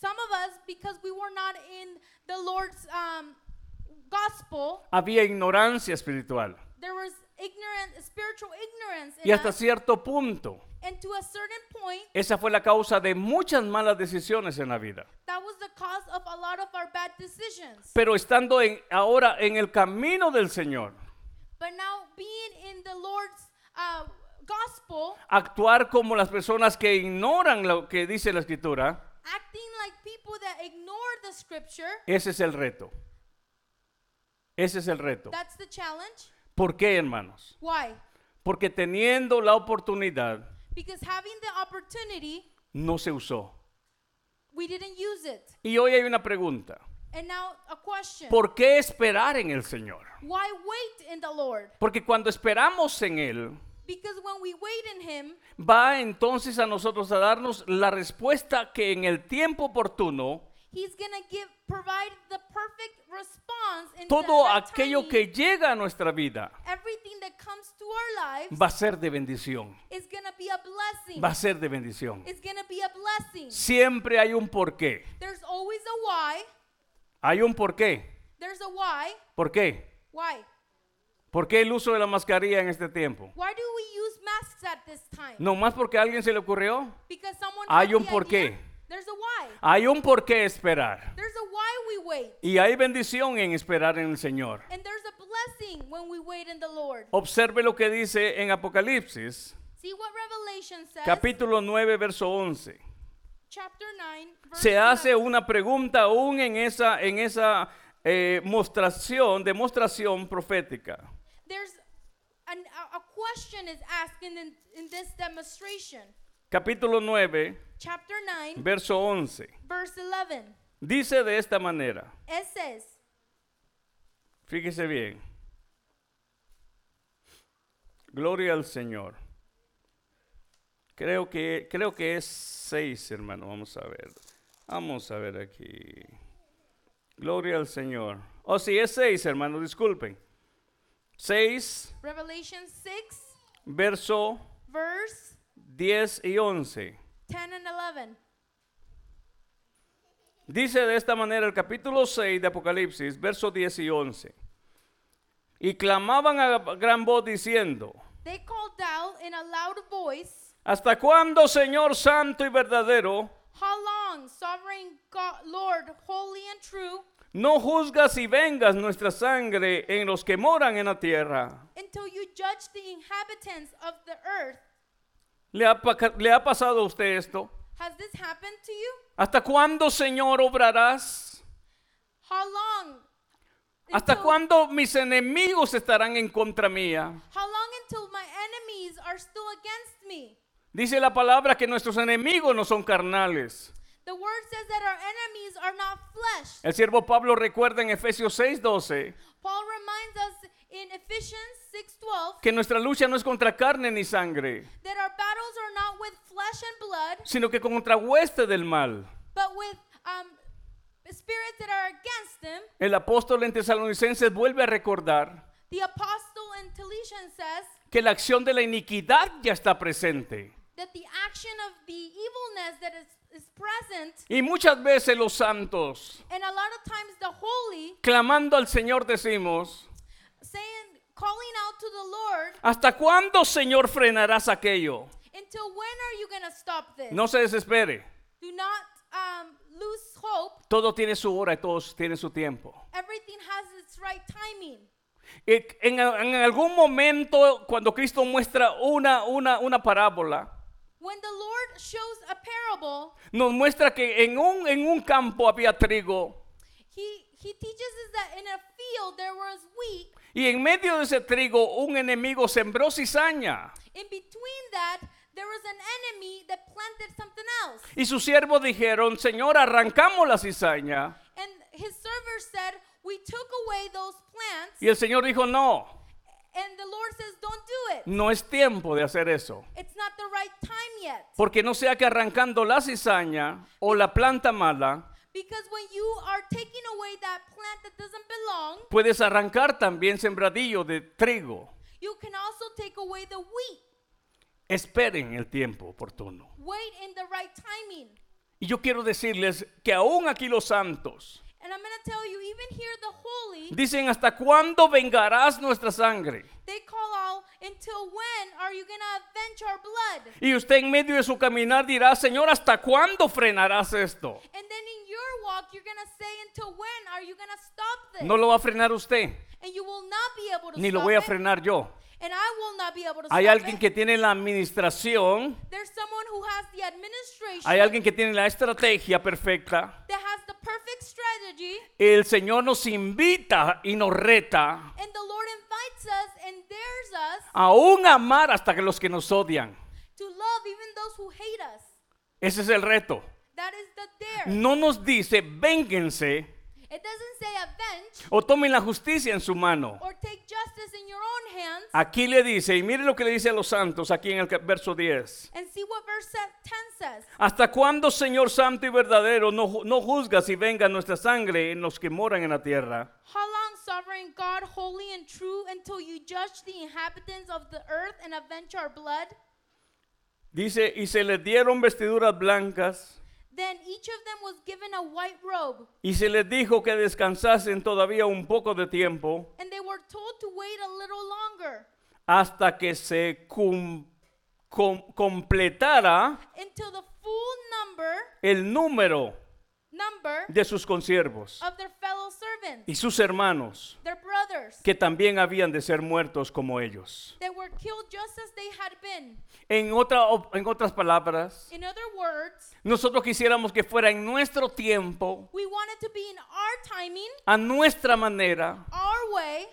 B: some of us, because we were not in the Lord's um, gospel,
A: había ignorancia espiritual.
B: there was ignorant, spiritual ignorance in
A: Y hasta
B: us.
A: cierto punto,
B: And to a certain point,
A: esa fue la causa de muchas malas decisiones en la vida.
B: That was the cause of a lot of our bad decisions.
A: Pero estando en- ahora en el camino del Señor,
B: But now, being in the Lord's uh, gospel,
A: actuar como las personas que ignoran lo que dice la Escritura,
B: acting like people that ignore the scripture,
A: Ese es el reto. Ese es el reto.
B: that's the challenge.
A: ¿Por qué, hermanos?
B: Why?
A: Porque teniendo la oportunidad,
B: Because having the opportunity,
A: no se usó.
B: we didn't use it.
A: Y hoy hay una pregunta.
B: And now, a question
A: ¿Por qué esperar en el Señor?
B: why wait in the Lord?
A: Porque cuando esperamos en Él,
B: Because when we wait in Him,
A: va entonces a nosotros a darnos la respuesta que en el tiempo oportuno,
B: He's gonna give provide the perfect response in
A: todo
B: that
A: aquello
B: timing.
A: que llega a nuestra vida
B: everything that comes to our lives
A: va a ser de bendición.
B: is gonna be a blessing.
A: Va a ser de bendición.
B: It's gonna be a blessing.
A: Siempre hay un porqué.
B: There's always a why.
A: Hay un porqué.
B: There's a why.
A: ¿Por qué?
B: Why?
A: ¿Por qué el uso de la mascarilla en este tiempo?
B: Why do we use masks at this time?
A: ¿No más porque a alguien se le ocurrió?
B: Because someone
A: Hay
B: had
A: un
B: the
A: por
B: idea.
A: qué.
B: There's a why.
A: Hay un por qué esperar.
B: There's a why we wait.
A: Y hay bendición en esperar en el Señor.
B: And there's a blessing when we wait in the Lord.
A: Observe lo que dice en Apocalipsis,
B: See what Revelation says.
A: capítulo 9, verso 11.
B: chapter 9 verse
A: Se hace
B: 11.
A: una pregunta aún en esa, en esa eh, mostración, demostración profética.
B: There's an, a, a question is asked in, in, in this demonstration.
A: Capítulo 9,
B: Chapter 9
A: verso 11.
B: verse 11.
A: Dice de esta manera,
B: It says,
A: fíjese bien. Gloria al Señor. Creo que, creo que es 6, hermano. Vamos a ver. Vamos a ver aquí. Gloria al Señor. Oh, sí, es 6, hermano. Disculpen. 6,
B: Revelation 6
A: verso
B: verse
A: 10 y 11.
B: 10 and 11.
A: Dice de esta manera el capítulo 6 de Apocalipsis, versos 10 y 11. Y clamaban a gran voz diciendo,
B: They called out in a loud voice,
A: ¿hasta cuándo, Señor Santo y verdadero,
B: How long, sovereign God, Lord, holy and true,
A: no juzgas y vengas nuestra sangre en los que moran en la tierra?
B: until you judge the inhabitants of the earth?
A: ¿Le ha, pa- le ha pasado a usted esto?
B: Has this happened to you?
A: ¿Hasta cuándo, Señor, obrarás?
B: How long?
A: ¿Hasta
B: until-
A: cuándo mis enemigos estarán en contra mía?
B: How long until my enemies are still against me?
A: Dice la palabra que nuestros enemigos no son carnales.
B: The word says that our enemies are not flesh.
A: El siervo Pablo recuerda en Efesios 6:12
B: Paul reminds us in Ephesians 6:12
A: que nuestra lucha no es contra carne ni sangre,
B: that our battles are not with flesh and blood,
A: sino que contra hueste del mal.
B: but with um, spirits that are against them.
A: El apóstol en Tesalonicenses vuelve a recordar
B: The apostle in Teletian says
A: que la acción de la iniquidad ya está presente.
B: that the action of the evilness that is, is present,
A: Y muchas veces los santos,
B: and a lot of times the holy
A: clamando al Señor, decimos,
B: saying, calling out to the Lord,
A: ¿hasta cuándo, Señor, frenarás aquello?
B: until when are you going to stop this?
A: No se desespere,
B: Do not um, lose hope.
A: todo tiene su hora y todo tiene su tiempo.
B: Everything has its right timing.
A: Y En, en algún momento, cuando Cristo muestra una, una, una parábola,
B: When the Lord shows a parable,
A: nos muestra que en un, en un campo había trigo
B: he, he teaches us that in a field there was wheat.
A: y en medio de ese trigo un enemigo sembró cizaña
B: In between that, there was an enemy that planted something else.
A: y sus siervos dijeron, Señor, arrancamos la cizaña.
B: And his server said, We took away those plants.
A: Y el Señor dijo, no,
B: And the Lord says, Don't do it.
A: no es tiempo de hacer eso.
B: It's not the right time yet.
A: Porque no sea que arrancando la cizaña o la planta mala,
B: Because when you are taking away that plant that doesn't belong,
A: puedes arrancar también sembradillo de trigo.
B: you can also take away the wheat.
A: Esperen el tiempo oportuno.
B: Wait in the right timing.
A: Y yo quiero decirles que aún aquí los santos
B: And I'm going to tell you, even here, the holy,
A: dicen, ¿hasta cuándo vengarás nuestra sangre?
B: they call out, Until when are you going to avenge our blood?
A: Y usted en medio de su caminar dirá, Señor, ¿hasta cuándo frenarás esto?
B: And then in your walk, you're going to say, Until when are you going to stop this?
A: No lo va a frenar usted,
B: and you will not be able to
A: ni lo
B: stop
A: voy a
B: it.
A: frenar yo.
B: And I will not be able to
A: Hay
B: stop
A: alguien
B: it.
A: que tiene la administración,
B: There's someone who has the administration
A: hay alguien que tiene la estrategia perfecta.
B: that has the perfect strategy,
A: El Señor nos invita y nos reta
B: and the Lord invites us and dares us
A: aún a amar hasta que los que nos odian.
B: to love even those who hate us.
A: Ese es el reto.
B: That is the dare.
A: No nos dice, vénganse
B: It doesn't say avenge
A: o tomen la justicia en su mano.
B: or take justice in your own hands.
A: Aquí le dice, y mire lo que le dice a los santos aquí en el cap- verso 10.
B: And see what verse se- 10 says.
A: ¿Hasta cuándo, Señor Santo y verdadero, no, ju- no juzgas y venga nuestra sangre en los que moran en la tierra?
B: How long, sovereign God, holy and true, until you judge the inhabitants of the earth and avenge our blood?
A: Dice, y se les dieron vestiduras blancas
B: Then each of them was given a white robe,
A: Y se les dijo que descansasen todavía un poco de tiempo
B: and they were told to wait a little longer
A: hasta que se cum- com- completara
B: until the full number
A: el número
B: number
A: de sus consiervos
B: of their fellow servants,
A: y sus hermanos,
B: their brothers,
A: que también habían de ser muertos como ellos.
B: that were killed just as they had been.
A: En, otra, op- en otras palabras,
B: In other words,
A: nosotros quisiéramos que fuera en nuestro tiempo,
B: we wanted to be in our timing,
A: a nuestra manera,
B: our way.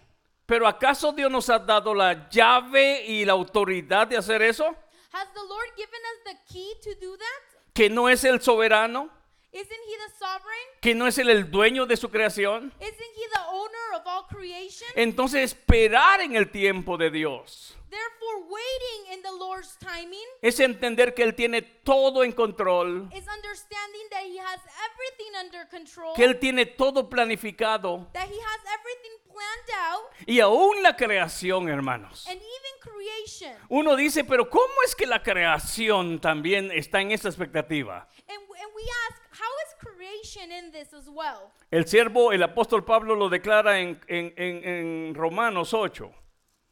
A: pero ¿acaso Dios nos ha dado la llave y la autoridad de hacer eso?
B: Has the Lord given us the key to do that?
A: ¿Que no es el soberano?
B: Isn't He the sovereign?
A: ¿Que no es el, el dueño de su creación?
B: Isn't He the owner of all creation?
A: Entonces esperar en el tiempo de Dios
B: Therefore, waiting in the Lord's timing
A: es entender que Él tiene todo en control,
B: is understanding that He has everything under control,
A: que Él tiene todo planificado
B: that He has everything planned out,
A: y aún la creación, hermanos.
B: and even creation.
A: Uno dice, pero ¿cómo es que la creación también está en esa expectativa?
B: And, and we ask, how is creation in this as well?
A: El siervo, el apóstol Pablo lo declara en, en- en- en Romanos 8,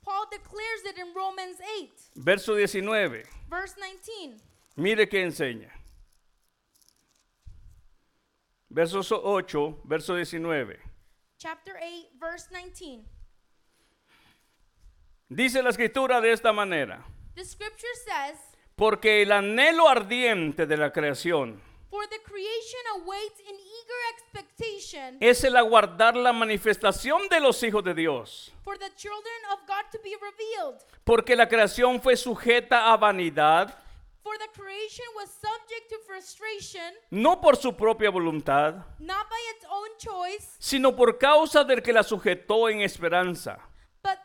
B: Paul declares it in Romans 8,
A: verso 19.
B: verse 19.
A: Mire qué enseña. Versos 8, verso 19.
B: Chapter 8, verse 19.
A: Dice la escritura de esta manera.
B: The scripture says,
A: Porque el anhelo ardiente de la creación
B: For the creation awaits in eager expectation
A: es el aguardar la manifestación de los hijos de Dios.
B: for the children of God to be revealed.
A: Porque la creación fue sujeta a vanidad,
B: For the creation was subject to frustration,
A: no por su propia voluntad,
B: not by its own choice,
A: sino por causa del que la sujetó en esperanza.
B: but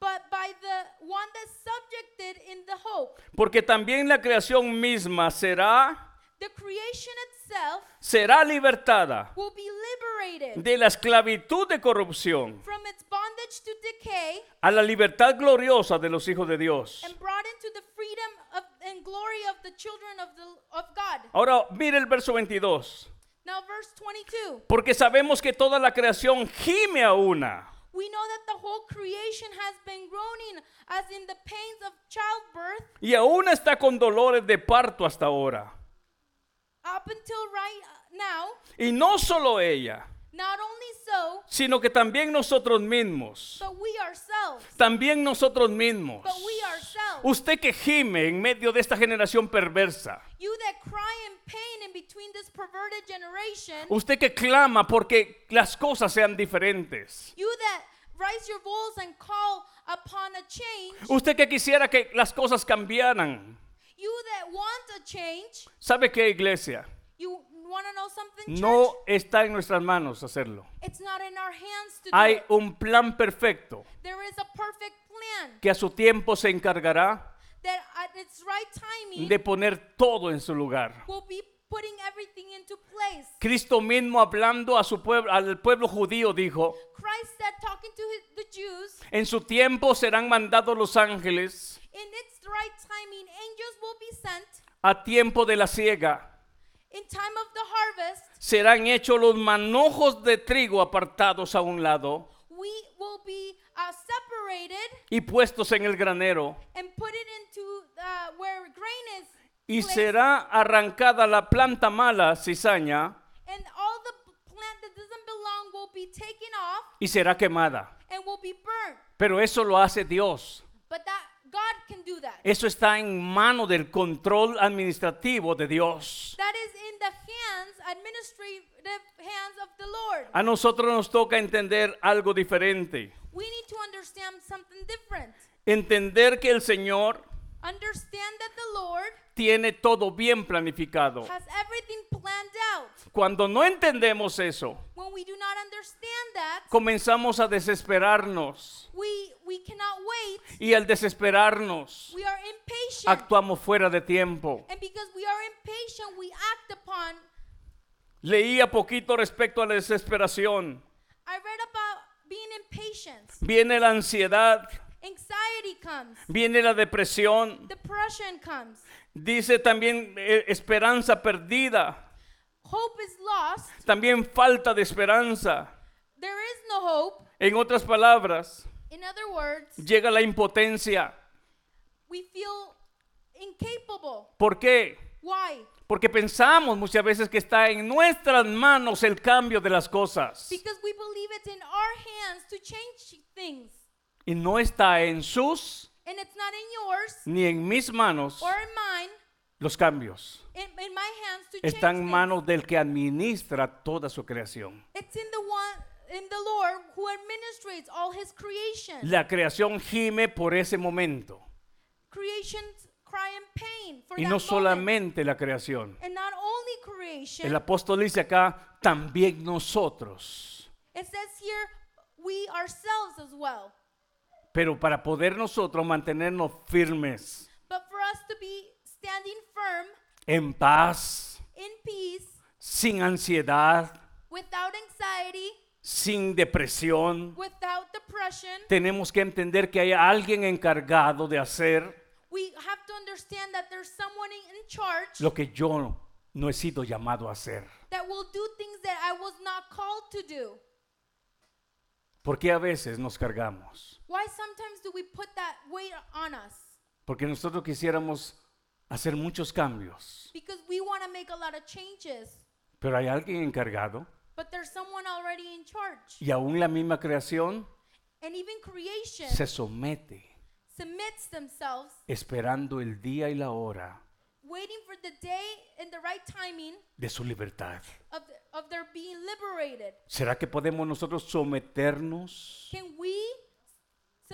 B: but by the one that subjected in the hope.
A: Porque también la creación misma será,
B: The creation itself
A: será libertada
B: will be liberated
A: de la esclavitud de corrupción
B: from its bondage to decay
A: a la libertad gloriosa de los hijos de Dios.
B: and brought into the freedom of and glory of the children of the of God.
A: Ahora mire el verso 22.
B: Now verse 22.
A: Porque sabemos que toda la creación gime a una.
B: We know that the whole creation has been groaning as in the pains of childbirth
A: Y aún está con dolores de parto hasta ahora.
B: up until right now.
A: Y no solo ella,
B: Not only so,
A: sino que también nosotros mismos.
B: but we ourselves.
A: También nosotros mismos.
B: But we ourselves.
A: Usted que gime en medio de esta generación perversa.
B: You that cry in pain in between this perverted generation.
A: Usted que clama porque las cosas sean diferentes.
B: You that raise your voice and call upon a change.
A: Usted que quisiera que las cosas cambiaran.
B: You that want a change.
A: ¿Sabe qué, iglesia?
B: You want to know something,
A: No
B: church?
A: está en nuestras manos hacerlo.
B: It's not in our hands to do
A: Hay
B: it.
A: un plan perfecto
B: There is a perfect plan
A: que a su tiempo se encargará
B: that at its right timing
A: de poner todo en su lugar.
B: will be putting everything into place.
A: Cristo mismo hablando a su pueblo, al pueblo judío dijo,
B: Christ said, talking to his, the Jews,
A: en su tiempo serán mandados los ángeles
B: in its right timing, angels will be sent.
A: a tiempo de la siega,
B: In time of the harvest,
A: serán hechos los manojos de trigo apartados a un lado
B: we will be uh, separated
A: y puestos en el granero,
B: and put it into uh, where grain is.
A: y
B: placed.
A: será arrancada la planta mala, cizaña,
B: and all the p- plant that doesn't belong will be taken off
A: y será quemada.
B: and will be burnt.
A: Pero eso lo hace Dios.
B: But that God can do that.
A: Eso está en mano del control administrativo de Dios.
B: that is in the hands, administrative hands of the Lord.
A: A nosotros nos toca entender algo diferente.
B: we need to understand something different.
A: Entender que el Señor
B: Understand that the Lord
A: tiene todo bien planificado.
B: has everything planned out.
A: Cuando no entendemos eso,
B: When we do not understand that,
A: comenzamos a desesperarnos.
B: we we cannot wait.
A: Y al desesperarnos,
B: We are impatient.
A: actuamos fuera de tiempo.
B: And because we are impatient, we act upon
A: Leía poquito respecto a la desesperación.
B: I read about being impatient.
A: Viene la ansiedad,
B: Anxiety comes.
A: viene la depresión.
B: Depression comes.
A: Dice también eh, esperanza perdida.
B: Hope is lost.
A: También falta de esperanza.
B: There is no hope.
A: En otras palabras,
B: In other words,
A: llega la impotencia.
B: we feel incapable.
A: ¿Por qué?
B: Why?
A: Porque pensamos muchas veces que está en nuestras manos el cambio de las cosas.
B: Because we believe it's in our hands to change things.
A: Y no está en sus
B: And it's not in yours
A: ni en mis manos
B: or in mine,
A: los cambios.
B: in, in my hands to change
A: Está en
B: things.
A: manos del que administra toda su creación.
B: It's in the one in the Lord who administrates all his creation.
A: La creación gime por ese momento.
B: Creation's cry and pain for
A: Y
B: that
A: no
B: moment.
A: solamente la creación.
B: And not only creation.
A: El apóstol dice acá, también nosotros.
B: It says here, we ourselves as well.
A: Pero para poder nosotros mantenernos firmes,
B: But for us to be standing firm,
A: en paz,
B: in peace,
A: sin ansiedad,
B: without anxiety,
A: sin depresión,
B: without depression,
A: tenemos que entender que hay alguien encargado de hacer
B: we have to understand that there's someone in- in charge
A: lo que yo no he sido llamado a hacer.
B: that will do things that I was not called to do.
A: Porque a veces nos cargamos.
B: Why sometimes do we put that weight on us?
A: Porque nosotros quisiéramos hacer muchos cambios,
B: Because we want to make a lot of changes,
A: pero hay alguien encargado
B: but there's someone already in charge.
A: y aún la misma creación
B: And even creation
A: se somete
B: submits themselves,
A: esperando el día y la hora
B: waiting for the day and the right timing
A: de su libertad.
B: of, the- of their being liberated.
A: ¿Será que podemos nosotros someternos
B: Can we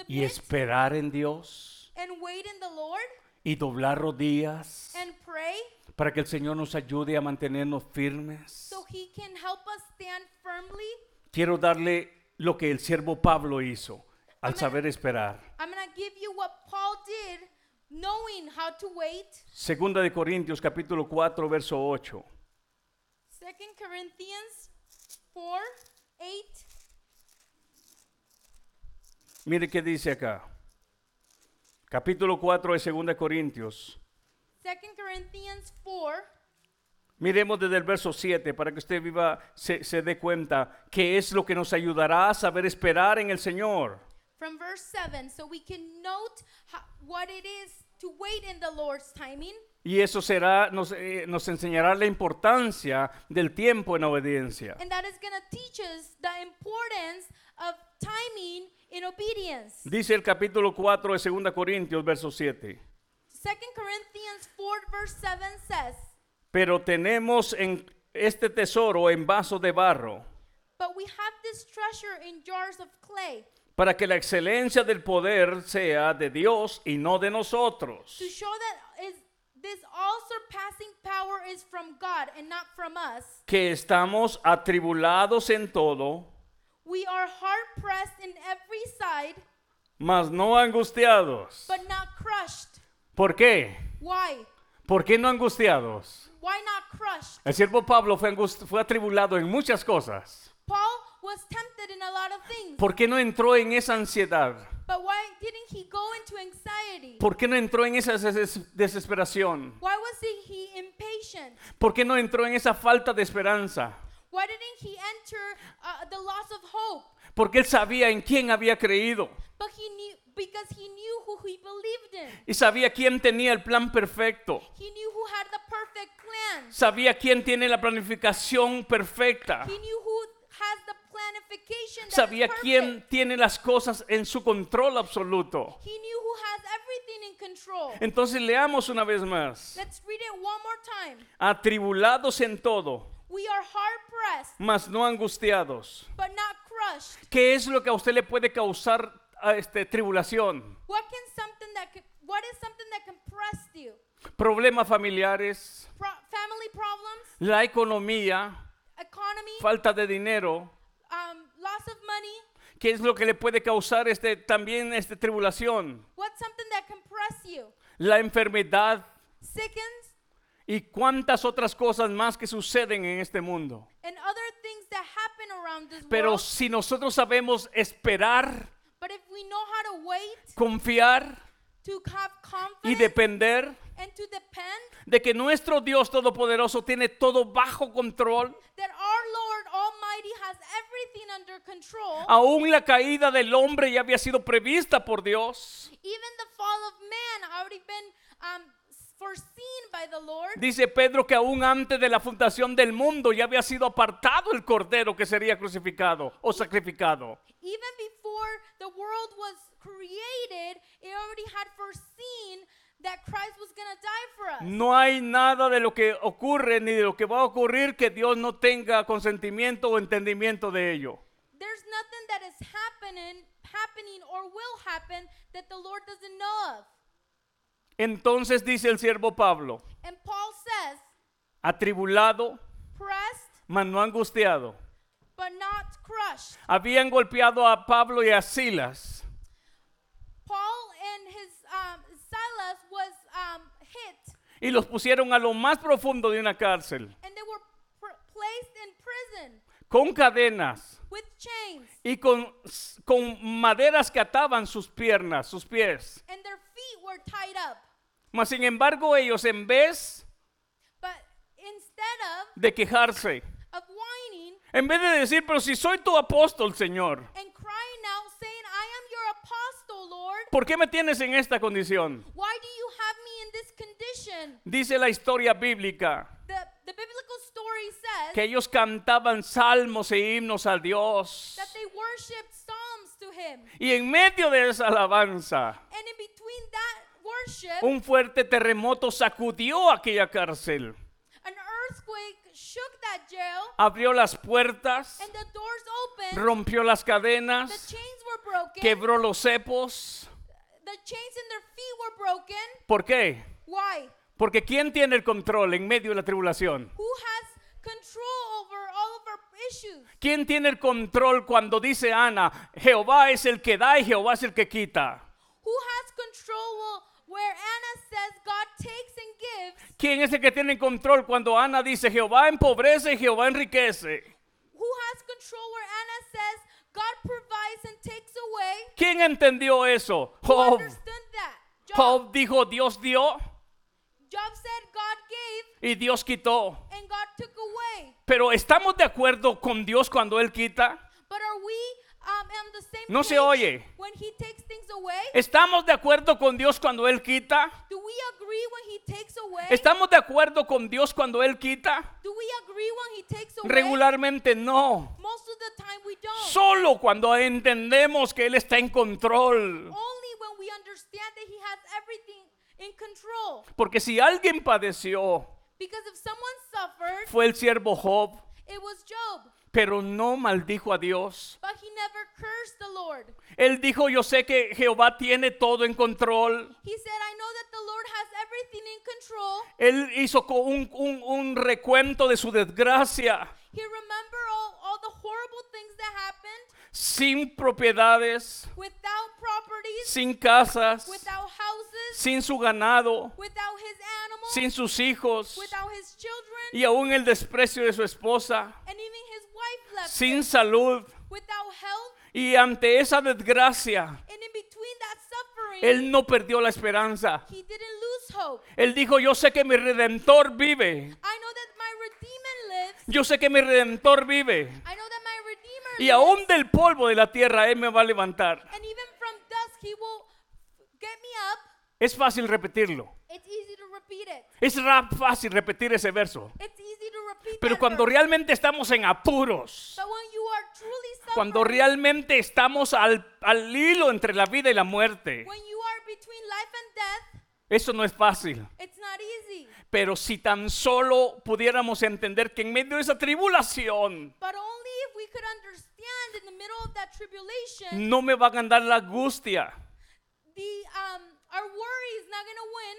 A: y
B: submit
A: esperar en Dios
B: and wait in the Lord
A: y doblar rodillas
B: and pray
A: para que el Señor nos ayude a mantenernos firmes.
B: so He can help us stand firmly?
A: Quiero darle lo que el siervo Pablo hizo al
B: Amén.
A: saber esperar.
B: I'm going to give you what Paul did, knowing how to wait.
A: Segunda de Corintios capítulo 4 verso 8.
B: Second Corinthians 4 8.
A: Mire qué dice acá. Capítulo 4 de Segunda de Corintios.
B: 2 Corinthians 4.
A: Miremos desde el verso 7 para que usted viva, se, se dé cuenta que es lo que nos ayudará a saber esperar en el Señor.
B: from verse 7 so we can note ho- what it is to wait in the Lord's timing.
A: Y eso será, nos, eh, nos enseñará la importancia del tiempo en obediencia.
B: And that is going to teach us the importance of timing in obedience.
A: Dice el capítulo 4 de 2 Corintios, verso 7.
B: 2 Corinthians 4, verse 7 says,
A: Pero tenemos en este tesoro en vaso de barro,
B: But we have this treasure in jars of clay
A: para que la excelencia del poder sea de Dios y no de nosotros.
B: to show that is this all surpassing power is from God and not from us.
A: Que estamos atribulados en todo,
B: We are hard pressed in every side,
A: mas no angustiados.
B: but not crushed.
A: ¿Por qué?
B: Why?
A: ¿Por qué no angustiados?
B: Why not crushed?
A: El siervo Pablo fue, angust- fue atribulado en muchas cosas.
B: Paul was tempted in a lot of things,
A: ¿Por qué no entró en esa ansiedad?
B: but why didn't he go into anxiety?
A: ¿Por qué no entró en esa des- desesperación?
B: Why wasn't he impatient?
A: ¿Por qué no entró en esa falta de esperanza?
B: Why didn't he enter uh, the loss of hope?
A: Porque él sabía en quién había creído
B: But he knew because he knew who he believed in.
A: y sabía quién tenía el plan perfecto.
B: He knew who had the perfect plan.
A: Sabía quién tiene la planificación perfecta.
B: He knew who has the planification that is
A: Ah. Sabía quién
B: perfect.
A: tiene las cosas en su control absoluto.
B: He knew who has everything in control.
A: Entonces leamos una vez más.
B: Let's read it one more time.
A: Atribulados en todo,
B: We are hard pressed,
A: mas no angustiados.
B: but not crushed.
A: ¿Qué es lo que a usted le puede causar a este, tribulación?
B: What can something that can, what is something that compressed you?
A: Problemas familiares,
B: Pro- family problems,
A: la economía,
B: economy,
A: falta de dinero,
B: um, loss of money.
A: ¿Qué es lo que le puede causar este, también esta tribulación?
B: What's something that compress you?
A: La enfermedad
B: Sickness
A: y cuántas otras cosas más que suceden en este mundo.
B: and other things that happen around this
A: Pero
B: world.
A: si nosotros sabemos esperar,
B: But if we know how to wait,
A: confiar
B: to have
A: y
B: confidence
A: depender,
B: and to depend,
A: de que nuestro Dios Todopoderoso tiene todo bajo control.
B: that our Lord Almighty has everything under control.
A: Aún la caída del hombre ya había sido prevista por Dios.
B: Even the fall of man already been um, s- foreseen by the Lord.
A: Dice Pedro que aún antes de la fundación del mundo ya había sido apartado el cordero que sería crucificado o sacrificado.
B: Even before the world was created, it already had foreseen that Christ was going to die for us.
A: No hay nada de lo que ocurre ni de lo que va a ocurrir que Dios no tenga consentimiento o entendimiento de ello.
B: There's nothing that is happening, happening or will happen that the Lord doesn't know of.
A: Entonces dice el siervo Pablo,
B: And Paul says,
A: atribulado,
B: pressed
A: mas no angustiado.
B: but not crushed.
A: Habían golpeado a Pablo y a Silas.
B: Paul and his um, Silas was um, hit,
A: y los pusieron a lo más profundo de una cárcel,
B: and they were pr- placed in prison
A: con cadenas
B: with chains,
A: y con, con maderas que ataban sus piernas, sus pies.
B: and their feet were tied up.
A: Mas sin embargo ellos en vez
B: But instead of
A: de quejarse,
B: of whining
A: en vez de decir, pero si soy tu apóstol, Señor,
B: and crying out, saying, "I am your apostle, Lord.
A: ¿por qué me tienes en esta condición?
B: Why do you have me in this condition?"
A: Dice la historia bíblica
B: The the biblical story says
A: que ellos cantaban salmos e himnos a Dios.
B: that they worshipped psalms to him,
A: Y en medio de esa alabanza,
B: and in between that worship,
A: un fuerte terremoto sacudió aquella cárcel.
B: an earthquake shook that jail.
A: abrió las puertas,
B: And the doors opened.
A: rompió las
B: The
A: cadenas,
B: chains were broken.
A: quebró los cepos.
B: The chains in their feet were broken.
A: ¿Por qué?
B: Why?
A: Porque ¿quién tiene el control en medio de la tribulación?
B: Who has control over all of our issues?
A: ¿Quién tiene el control cuando dice Ana, Jehová es el que da y Jehová es el que quita?
B: Who has control where Anna says God takes and gives?
A: ¿Quién es el que tiene el control cuando Ana dice, Jehová empobrece y Jehová enriquece?
B: Who has control where Anna says God provides and takes away?
A: ¿Quién entendió eso?
B: Who
A: Job.
B: understood that? Job.
A: Job dijo, Dios dio
B: Job said God gave
A: y Dios quitó.
B: and God took away.
A: Pero ¿estamos de acuerdo con Dios cuando Él quita?
B: But are we um, on the same
A: No se
B: page
A: oye. Eh.
B: when he takes things away?
A: ¿Estamos de acuerdo con Dios cuando Él quita?
B: Do we agree when he takes away?
A: ¿Estamos de acuerdo con Dios cuando Él quita?
B: Do we agree when he takes away?
A: Regularmente no.
B: Most of the time we don't.
A: Solo cuando entendemos que Él está en control.
B: Only when we understand that he has everything in control.
A: Porque si alguien padeció,
B: Because if someone suffered,
A: fue el siervo Job,
B: it was Job,
A: pero no maldijo a Dios.
B: but he never cursed the Lord.
A: Él dijo, yo sé que Jehová tiene todo en control.
B: He said, I know that the Lord has everything in control.
A: Él hizo co- un, un- un recuento de su desgracia,
B: He remember all, all the horrible things that happened
A: sin propiedades,
B: without properties,
A: sin casas,
B: without houses,
A: sin su ganado,
B: without his animals,
A: sin sus hijos
B: without his children,
A: y aún el desprecio de su esposa,
B: and even his wife left
A: sin
B: him
A: salud
B: without health.
A: y ante esa desgracia,
B: And in between that suffering,
A: él no perdió la esperanza.
B: he didn't lose hope.
A: Él dijo, yo sé que mi redentor vive,
B: I know that my Redeemer lives.
A: yo sé que mi redentor vive
B: I know that my Redeemer
A: y
B: lives.
A: aún del polvo de la tierra él me va a levantar.
B: And even from dusk, he will get me up.
A: Es fácil repetirlo,
B: It's easy to repeat it.
A: es ra- fácil repetir ese verso,
B: It's easy to repeat
A: pero
B: that
A: cuando
B: verse.
A: realmente estamos en apuros,
B: But when you are truly suffering,
A: cuando realmente estamos al, al hilo entre la vida y la muerte,
B: when you are between life and death,
A: eso no es fácil.
B: it's not easy.
A: Pero si tan solo pudiéramos entender que en medio de esa tribulación
B: But only if we could understand in the middle of that tribulation,
A: no me van a dar la angustia,
B: the um, our worry is not going to win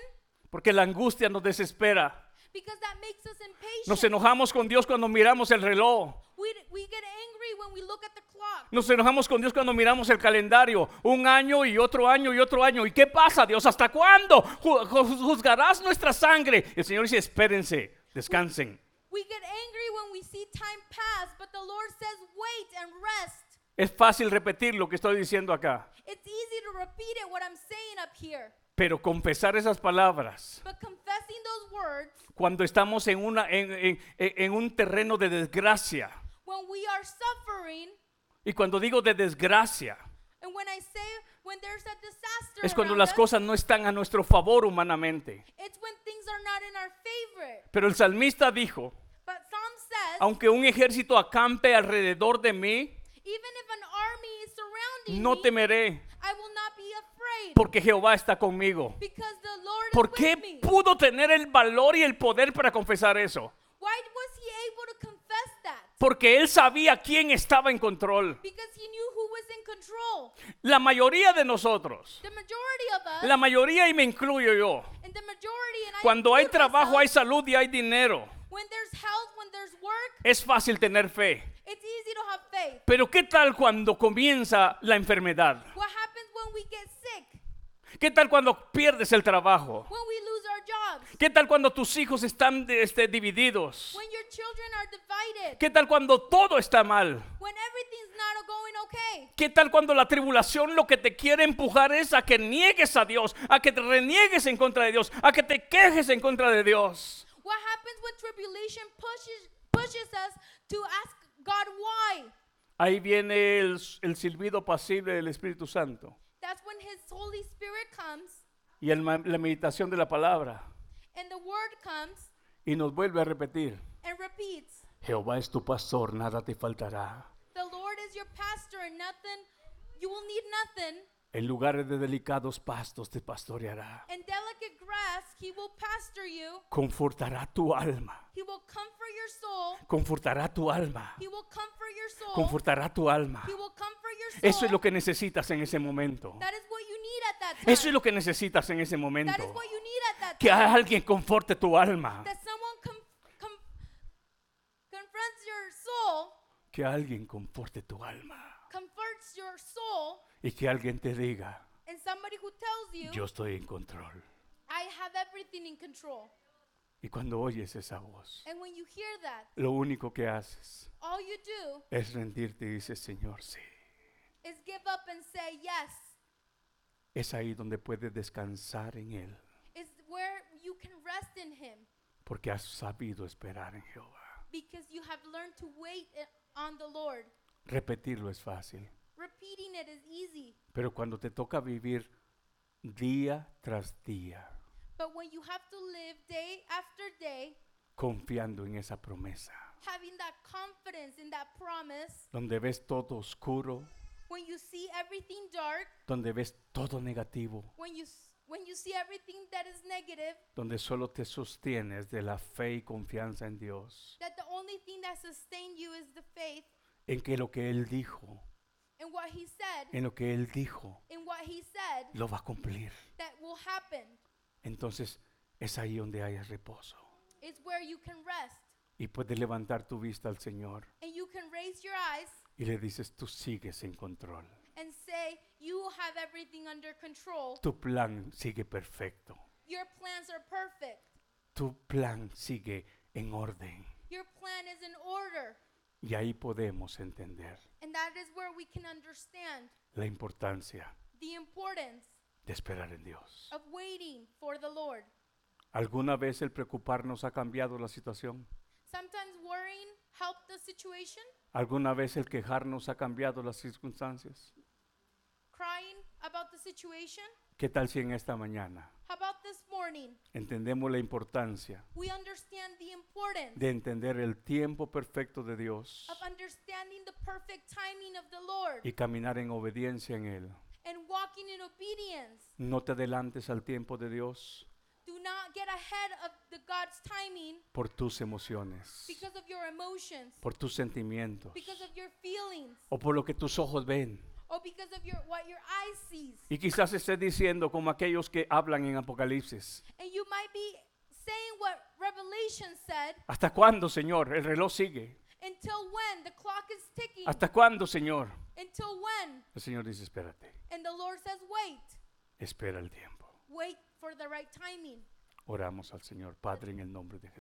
A: porque la angustia nos desespera.
B: because that makes us impatient.
A: Nos enojamos con Dios cuando miramos el reloj.
B: We, we get angry when we look at the clock.
A: Nos enojamos con Dios cuando miramos el calendario, un año y otro año y otro año. ¿Y qué pasa, Dios? ¿Hasta cuándo Ju- ju- juzgarás nuestra sangre? El Señor dice, espérense, descansen.
B: We get angry when we see time pass, but the Lord says, wait and rest.
A: Es fácil repetir lo que estoy diciendo acá,
B: It's easy to repeat it, what I'm saying up here.
A: pero confesar esas palabras
B: But confessing those words,
A: cuando estamos en, una, en, en- en- en un terreno de desgracia.
B: when we are suffering,
A: Y cuando digo de desgracia,
B: and when I say when there's a disaster,
A: es cuando
B: around
A: las
B: us,
A: cosas no están a nuestro favor humanamente.
B: it's when things are not in our favor.
A: Pero el salmista dijo,
B: But Psalm says,
A: aunque un ejército acampe alrededor de mí,
B: even if an army is surrounding
A: no
B: me,
A: temeré,
B: I will not be afraid
A: porque Jehová está conmigo.
B: because the Lord
A: ¿Por
B: is with
A: qué
B: me.
A: pudo tener el valor y el poder para confesar eso?
B: Why was he able to confess that?
A: Porque él sabía quién estaba en control.
B: Because he knew who was in control.
A: La mayoría de nosotros,
B: The majority of us,
A: la mayoría y me incluyo yo,
B: and the majority, and I
A: cuando hay
B: include
A: trabajo, hay
B: myself,
A: salud y hay dinero,
B: when there's health, when there's work,
A: es fácil tener fe.
B: it's easy to have faith.
A: Pero ¿qué tal cuando comienza la enfermedad?
B: What happens when we get sick?
A: ¿Qué tal cuando pierdes el trabajo?
B: When we lose our jobs?
A: ¿Qué tal cuando tus hijos están este, divididos?
B: When your children are divided?
A: ¿Qué tal cuando todo está mal?
B: When everything's not going okay?
A: ¿Qué tal cuando la tribulación lo que te quiere empujar es a que niegues a Dios, a que te reniegues en contra de Dios, a que te quejes en contra de Dios?
B: What happens when tribulation pushes pushes us to ask God why?
A: Ahí viene el, el silbido pasible del Espíritu Santo
B: That's when His Holy Spirit comes
A: y el ma- la meditación de la palabra
B: and the Word comes
A: y nos vuelve a repetir,
B: and repeats,
A: Jehová es tu pastor, nada te faltará.
B: "The Lord is your pastor, and nothing you will need nothing."
A: En lugares de delicados pastos te pastoreará.
B: In delicate grass, He will pastor you.
A: Confortará tu alma.
B: He will comfort your soul.
A: Confortará tu alma.
B: He will comfort your soul.
A: Confortará tu alma.
B: He will comfort your soul.
A: Eso es lo que necesitas en ese momento.
B: That is what you need at that time.
A: Eso es lo que necesitas en ese
B: that
A: momento.
B: is what you need at that
A: Que
B: time.
A: alguien conforte tu alma.
B: That someone com- com- confronts your soul,
A: Que alguien conforte tu alma.
B: comforts your soul,
A: Y que alguien te diga,
B: and somebody who tells you,
A: yo estoy en control.
B: "I have everything in control."
A: Y cuando oyes esa voz,
B: And when you hear that,
A: lo único que haces
B: all you do
A: es rendirte y dices, Señor, sí.
B: is give up and say yes.
A: Es ahí donde puedes descansar en Él.
B: Is where you can rest in Him
A: Porque has sabido esperar en Jehová.
B: because you have learned to wait i- on the Lord.
A: Repetirlo es fácil,
B: Repeating it is easy,
A: pero cuando te toca vivir día tras día,
B: but when you have to live day after day,
A: confiando en esa promesa,
B: having that confidence in that promise,
A: donde ves todo oscuro,
B: when you see everything dark,
A: donde ves todo negativo,
B: when you s- when you see everything that is negative
A: donde solo te sostienes de la fe y confianza en Dios,
B: that the only thing that sustains you is the faith
A: en que lo que Él dijo,
B: in what he said
A: en lo que Él dijo,
B: in what he said
A: lo va a cumplir.
B: that will happen
A: Entonces es ahí donde hay reposo
B: is where you can rest
A: y puedes levantar tu vista al Señor
B: and you can raise your eyes
A: y le dices, tú sigues en control.
B: and say you have everything under control
A: Tu plan sigue perfecto.
B: your plans are perfect
A: Tu plan sigue en orden.
B: your plan is in order
A: Y ahí podemos entender
B: and that is where we can understand
A: la importancia
B: the importance
A: de esperar en Dios.
B: of waiting for the lord
A: ¿Alguna vez el preocuparnos ha cambiado la situación?
B: sometimes worrying helps the situation
A: ¿Alguna vez el quejarnos ha cambiado las circunstancias?
B: crying about the situation
A: ¿Qué tal si en esta mañana
B: How about this morning?
A: entendemos la importancia
B: We understand the importance
A: de entender el tiempo perfecto de Dios
B: of understanding the perfect timing of the Lord
A: y caminar en obediencia en Él?
B: and walking in obedience.
A: No te adelantes al tiempo de Dios
B: Do not get ahead of the God's timing
A: por tus emociones,
B: because of your emotions,
A: por tus sentimientos.
B: because of your feelings,
A: o por lo que tus ojos ven.
B: or because of your what your eyes sees.
A: Y quizás estés diciendo como aquellos que hablan en Apocalipsis.
B: And you might be saying what Revelation said,
A: ¿Hasta cuándo, Señor? El reloj sigue.
B: until when the clock is ticking,
A: ¿Hasta cuándo, Señor?
B: until when?
A: El Señor dice, espérate,
B: And the Lord says, "Wait.
A: espera el tiempo.
B: Wait for the right timing."
A: Oramos al Señor, Padre, en el nombre de Jesús.